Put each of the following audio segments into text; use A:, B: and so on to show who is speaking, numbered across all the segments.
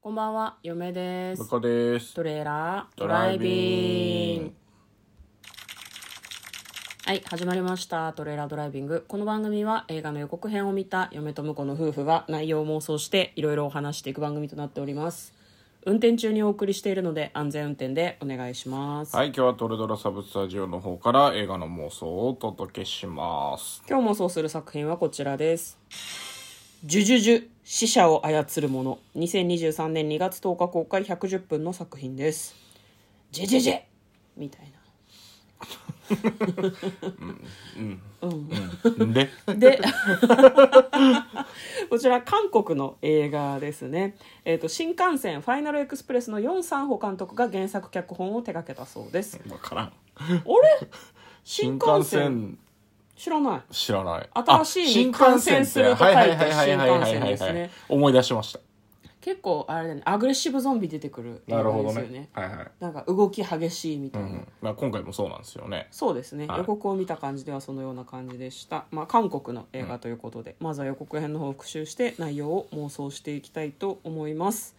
A: こんばんは、嫁です
B: 向。こうです
A: トレーラード
B: ド
A: ラ
B: ラ
A: イ
B: イ
A: ビ
B: ビ
A: ン
B: ン
A: グ。はい、始まりました。トレーラードライビング。この番組は映画の予告編を見た嫁と婿の夫婦が内容を妄想していろいろお話していく番組となっております。運転中にお送りしているので安全運転でお願いします。
B: はい今日はトレドラサブスタジオの方から映画の妄想をお届け します
A: 今日妄想する作品はこちらです。ジュジュジュ死者を操る者2023年2月10日公開110分の作品ですジェジェジェみたい
B: で
A: なで こちら韓国の映画ですね、えー、と新幹線ファイナルエクスプレスのヨン・サンホ監督が原作脚本を手掛けたそうです
B: 分からん
A: あ れ
B: 新
A: 新幹線
B: 幹線
A: 知らない
B: 知らない
A: 新しい
B: あ
A: 新幹線すると書いて
B: はいはいはいはいはい
A: 新幹線ですね
B: 思い出しました
A: 結構あれだねアグレッシブゾンビ出てくる映
B: な
A: 画
B: るほ
A: で
B: ど
A: すよ
B: ね
A: ね
B: はいはい、
A: なんか動き激しいみた
B: う
A: い
B: ん
A: な、
B: まあ、今回もそうなんですよね
A: そうですね、
B: はい
A: 予告を見た感じではそのような感じでした、まあ、韓国の映画ということで、まずは予告編の方を復習して内容を妄想していきたいと思います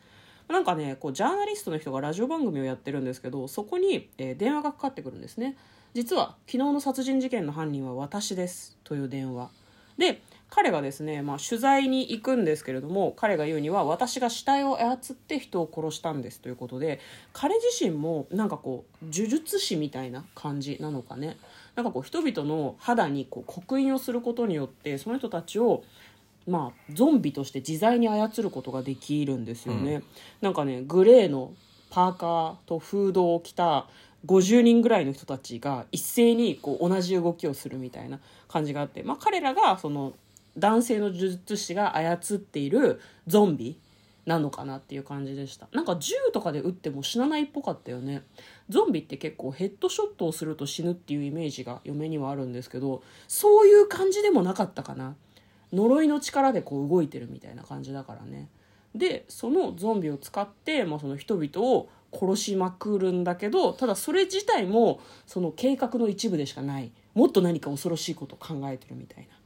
A: なんかねこうジャーナリストの人がラジオ番組をやってるんですけどそこに、えー電話がかかってくるんですね実は昨日の殺人事件の犯人は私ですという電話で彼がですね、まあ、取材に行くんですけれども彼が言うには私が死体を操って人を殺したんですということで彼自身もなんかこう呪術師みたいな感じなのかねなんかこう人々の肌にこう刻印をすることによってその人たちをまあ、ゾンビとして自在に操ることができるんですよね、なんかねグレーのパーカーとフードを着た50人ぐらいの人たちが一斉にこう同じ動きをするみたいな感じがあって、まあ、彼らがその男性の呪術師が操っているゾンビなのかなっていう感じでしたなんか銃とかで撃っても死なないっぽかったよねゾンビって結構ヘッドショットをすると死ぬっていうイメージが嫁にはあるんですけどそういう感じでもなかったかな呪いの力でこう動いてるみたいな感じだからねでそのゾンビを使って、まあ、その人々を殺しまくるんだけどただそれ自体もその計画の一部でしかないもっと何か恐ろしいことを考えてるみたいな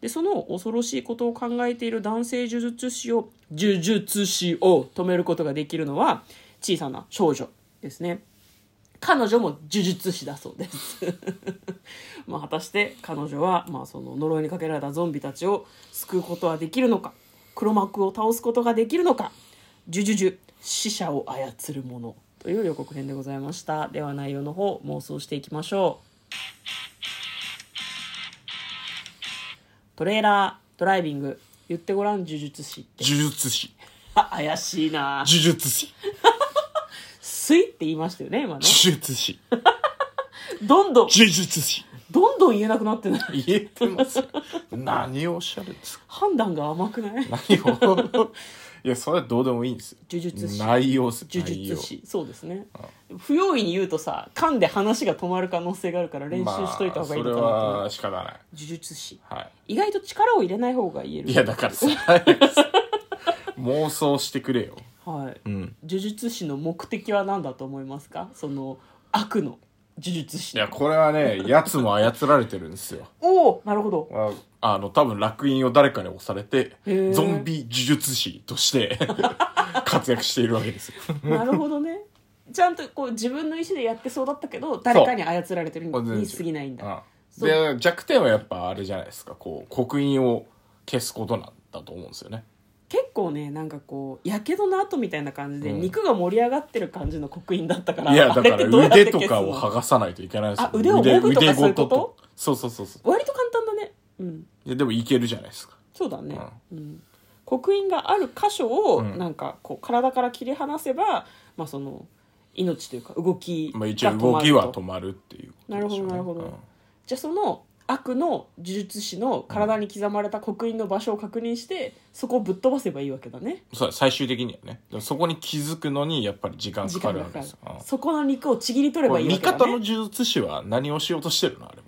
A: でその恐ろしいことを考えている男性呪術師を呪術師を止めることができるのは小さな少女ですね彼女も呪術師だそうです まあ、果たして彼女は、まあ、その呪いにかけられたゾンビたちを救うことはできるのか黒幕を倒すことができるのか「ジュジュジュ死者を操る者」という予告編でございましたでは内容の方妄想していきましょうトレーラードライビング言ってごらん呪術師って
B: 呪術師
A: あ怪しいな
B: 呪術師
A: 「すい」って言いましたよね今ね
B: 呪術師
A: どんどん
B: 呪術師
A: どんどん 言えなくなってない
B: 言えてますよ 何をおっしゃるんですか
A: 判断が甘くない
B: 何をいやそれはどうでもいいんですよ
A: 呪術師
B: 内容です
A: 呪
B: 内容
A: 術師そうですね不用意に言うとさ噛んで話が止まる可能性があるから練習しといた方がいいのかなと思う、
B: まあ、それ
A: 呪
B: は仕方ない、
A: 術師
B: は
A: 意外と力を入れない方が言える
B: い、いやだからさ妄想してくれよ、
A: はい、
B: ん、
A: 呪術師の目的は何だと思いますかその悪の呪術師
B: いやこれはねやつも操られてるんですよ
A: おおなるほど
B: ああの多分楽印を誰かに押されて
A: へー
B: ゾンビ呪術師として 活躍しているわけですよ
A: なるほど ねちゃんとこう自分の意思でやってそうだったけど誰かに操られてるにに過ぎないんだ、
B: うんで弱点はやっぱあれじゃないですかこう刻印を消すことなんだと思うんですよね
A: 結構ねなんかこうやけどの跡みたいな感じで、
B: うん
A: 肉が盛り上がってる感じの刻印だったから
B: いや
A: あ
B: だ
A: れ
B: か
A: って
B: ら
A: どうやって
B: 腕
A: 消す
B: と
A: の
B: かを剥がさないといけないですよ
A: あ腕をもぐとかそういうこと
B: そうそうそうそう
A: 割と簡単だねうん
B: いやでもいけるじゃないですか
A: そうだね、うん刻印がある箇所を
B: うん
A: なんかこう体から切り離せば、まあ、その命というか動き
B: まあ、
A: が
B: 一応
A: 止
B: 動
A: ま
B: き
A: る
B: は
A: と
B: 止まるっていうこと
A: なるほど
B: でしょうね
A: なるほど
B: うん
A: じゃあその悪の呪術師の体に刻まれた刻印の場所を確認してそこをぶっ飛ばせばいいわけだね
B: そう最終的にはねでもそこに気づくのにやっぱり時間か
A: 時
B: か
A: 間
B: る
A: が
B: わ
A: かか
B: けで
A: る
B: すよ、うん
A: そこの肉をちぎり取れ
B: こ
A: ば
B: れ
A: いいわ
B: 味
A: けだ、ね、
B: 方の呪術師は何をしようとしてるのあれは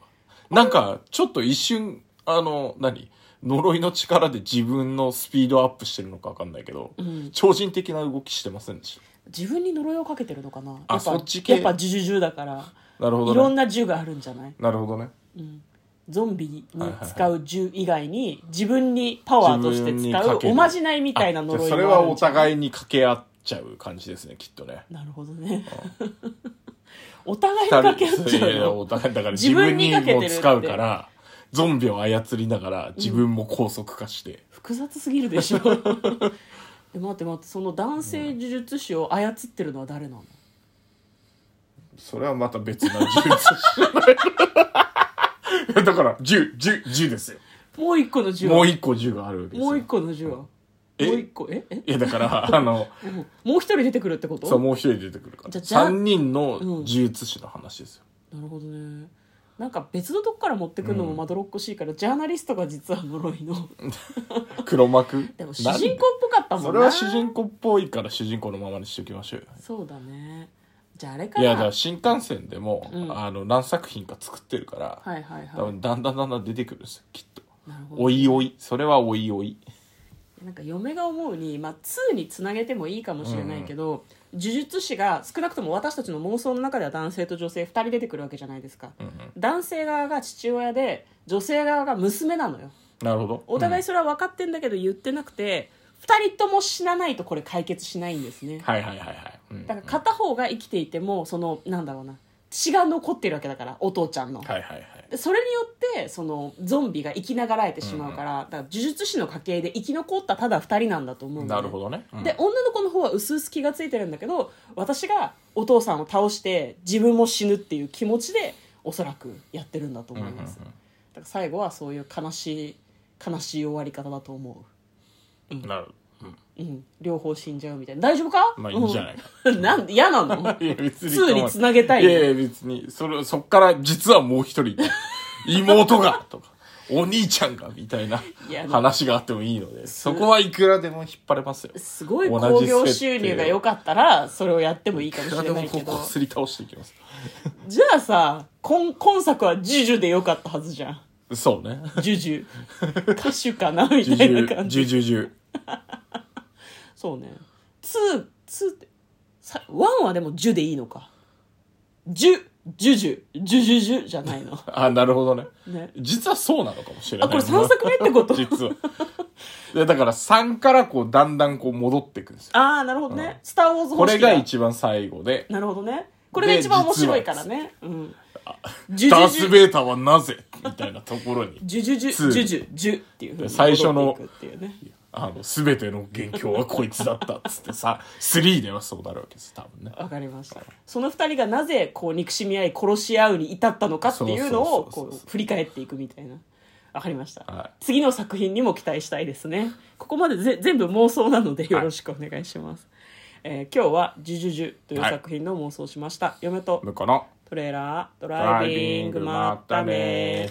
B: なんかちょっと一瞬あの何呪いの力で自分のスピードアップしてるのか分かんないけど、
A: ん
B: 超人的な動きしてませんでし
A: 自分に呪いをかけてるのかなやっぱ
B: あそっち系
A: やっぱ呪術だから
B: たなるほ
A: いろ
B: ど
A: ん
B: ね
A: な銃があるんじゃない
B: なるほどね
A: ゾンビに使う銃以外に自分にパワーとして
B: 自分に
A: 使
B: か
A: う
B: ける
A: おまじないみたいな
B: あじ
A: 呪い
B: ゃあそれはお
A: い
B: 互いに掛け合っちゃう感じですねきっとね
A: なるほどね お互いにか
B: 二
A: け合っ
B: 人
A: ちゃ
B: そうういや
A: よ
B: お互いだから
A: 自
B: 自
A: 分
B: 分
A: に
B: に
A: かけてるって
B: も使うからゾンビを操りながら自分も高速化して、
A: 複雑すぎるでしょ え待って待ってその男性呪術師を操ってるのは誰なの
B: それはまた別な銃としてだから銃銃銃ですよ
A: もう一個の銃は
B: もう一個銃があるわけです
A: も
B: よ
A: う一個の銃はもう
B: え
A: 一個ええ
B: いやだからあの
A: もうもう一人出てくるってこと
B: そうもう一人出てくるか
A: じゃ
B: ら
A: じゃ
B: 3人の
A: うん
B: 呪術師の話ですよ、
A: なるほどねなんか別のとこから持ってくるのもまどろっこしいから、ジャーナリストが実は呪いの
B: 黒幕
A: でも主人公っぽかったもんな
B: それは主人公っぽいから主人公のままにしておきましょうよ
A: そうだねじゃああれか
B: い
A: ら
B: やだから新幹線でも、
A: うん
B: あの何作品か作ってるから、
A: はいはい
B: 多
A: はい
B: 分だんだんだんだん出てくるんですよきっと
A: なるほど
B: おいおいそれはおいおい
A: なんか嫁が思うに、まあ、2につなげてもいいかもしれないけど、呪術師が少なくとも私たちの妄想の中では男性と女性2人出てくるわけじゃないですか、
B: うんうん
A: 男性側が父親で女性側が娘なのよ
B: なるほど
A: お互い
B: うん
A: それは分かってんだけど言ってなくて、2人とも死なないとこれ解決しないんですね
B: はいはいはいはい、うん
A: だから片方が生きていてもそのなんだろうな血が残ってるわけだからお父ちゃんの、
B: はいはいはい
A: でそれによってそのゾンビが生きながらえてしまうから,、だから呪術師の家系で生き残ったただ2人なんだと思うのね
B: なるほどね、うん
A: で女の子の方は薄々気がついてるんだけど私がお父さんを倒して自分も死ぬっていう気持ちでおそらくやってるんだと
B: うん
A: 思
B: うんう
A: い
B: ん
A: ます、だから最後はそういう悲しい悲しい終わり方だと思
B: なるうん
A: う、うん、両方死んじゃうみたいな大丈夫か
B: まあいいんじゃないか、
A: うん なんで嫌なの
B: いや別に
A: 2につなげたい
B: いやいや別にそれそっから実はもう一人 いた妹がとかお兄ちゃんがみたいない
A: や
B: 話があってもいいのでそこはいくらでも引っ張れますよい
A: すごい
B: 同じ
A: 興行
B: 設
A: 収
B: 定
A: 入が良かったらそれをやってもいいかも
B: く
A: し
B: らで
A: れな
B: も
A: い
B: こ
A: け
B: う
A: ど
B: こすり倒していきます
A: じゃあさ今今作は「ジュジュ」で良かったはずじゃん
B: そうね
A: 「ジュジ ュ」歌手かな み
B: ジュ
A: た
B: ジ
A: いな
B: ュ
A: 感じ
B: ジュジュジュ
A: そうね。ツー、ツーって、さ、ワンはでもジュでいいのか。ジュ、ジュジュ、ジュジュジュじゃないの。
B: あなるほどね
A: ね。
B: 実はそうなのかもしれない
A: あこれ三作目ってこと
B: 実はいやだから3からこうだんだんこう戻っていくんですよ
A: ああ、なるほどね。スター・ウォーズ
B: こ
A: 方
B: れ
A: 式
B: が
A: だ
B: 一番最後で
A: なるほどね。これが一番面白いからね。うん。ジ
B: ダ
A: ュ
B: ー
A: ジュ
B: ス・
A: ジュ。
B: ベーターはなぜみたいなところに
A: ジュジュジュ、
B: ツー
A: ジュジュ、ジュっていうふうに
B: 最初の
A: 戻っていくっていうね
B: あの、すべての元凶はこいつだったっつってさ、3ではそうなるわけです、多分ね。
A: わかりました。その二人がなぜこう憎しみ合い殺し合うに至ったのかっていうのを
B: そうそうそうそう
A: こう振り返っていくみたいな。わかりました、
B: はい
A: 次の作品にも期待したいですね。ここまでぜ全部妄想なのでよろしくお願いします。えー今日は「ジュジュジュ」という作品の妄想をしました。嫁と
B: 向こうの
A: トレーラード
B: ド
A: ラ
B: ラ
A: イ
B: イビ
A: ビン
B: ン
A: グ
B: グ
A: ま
B: ま
A: っ
B: ったた
A: ね
B: ね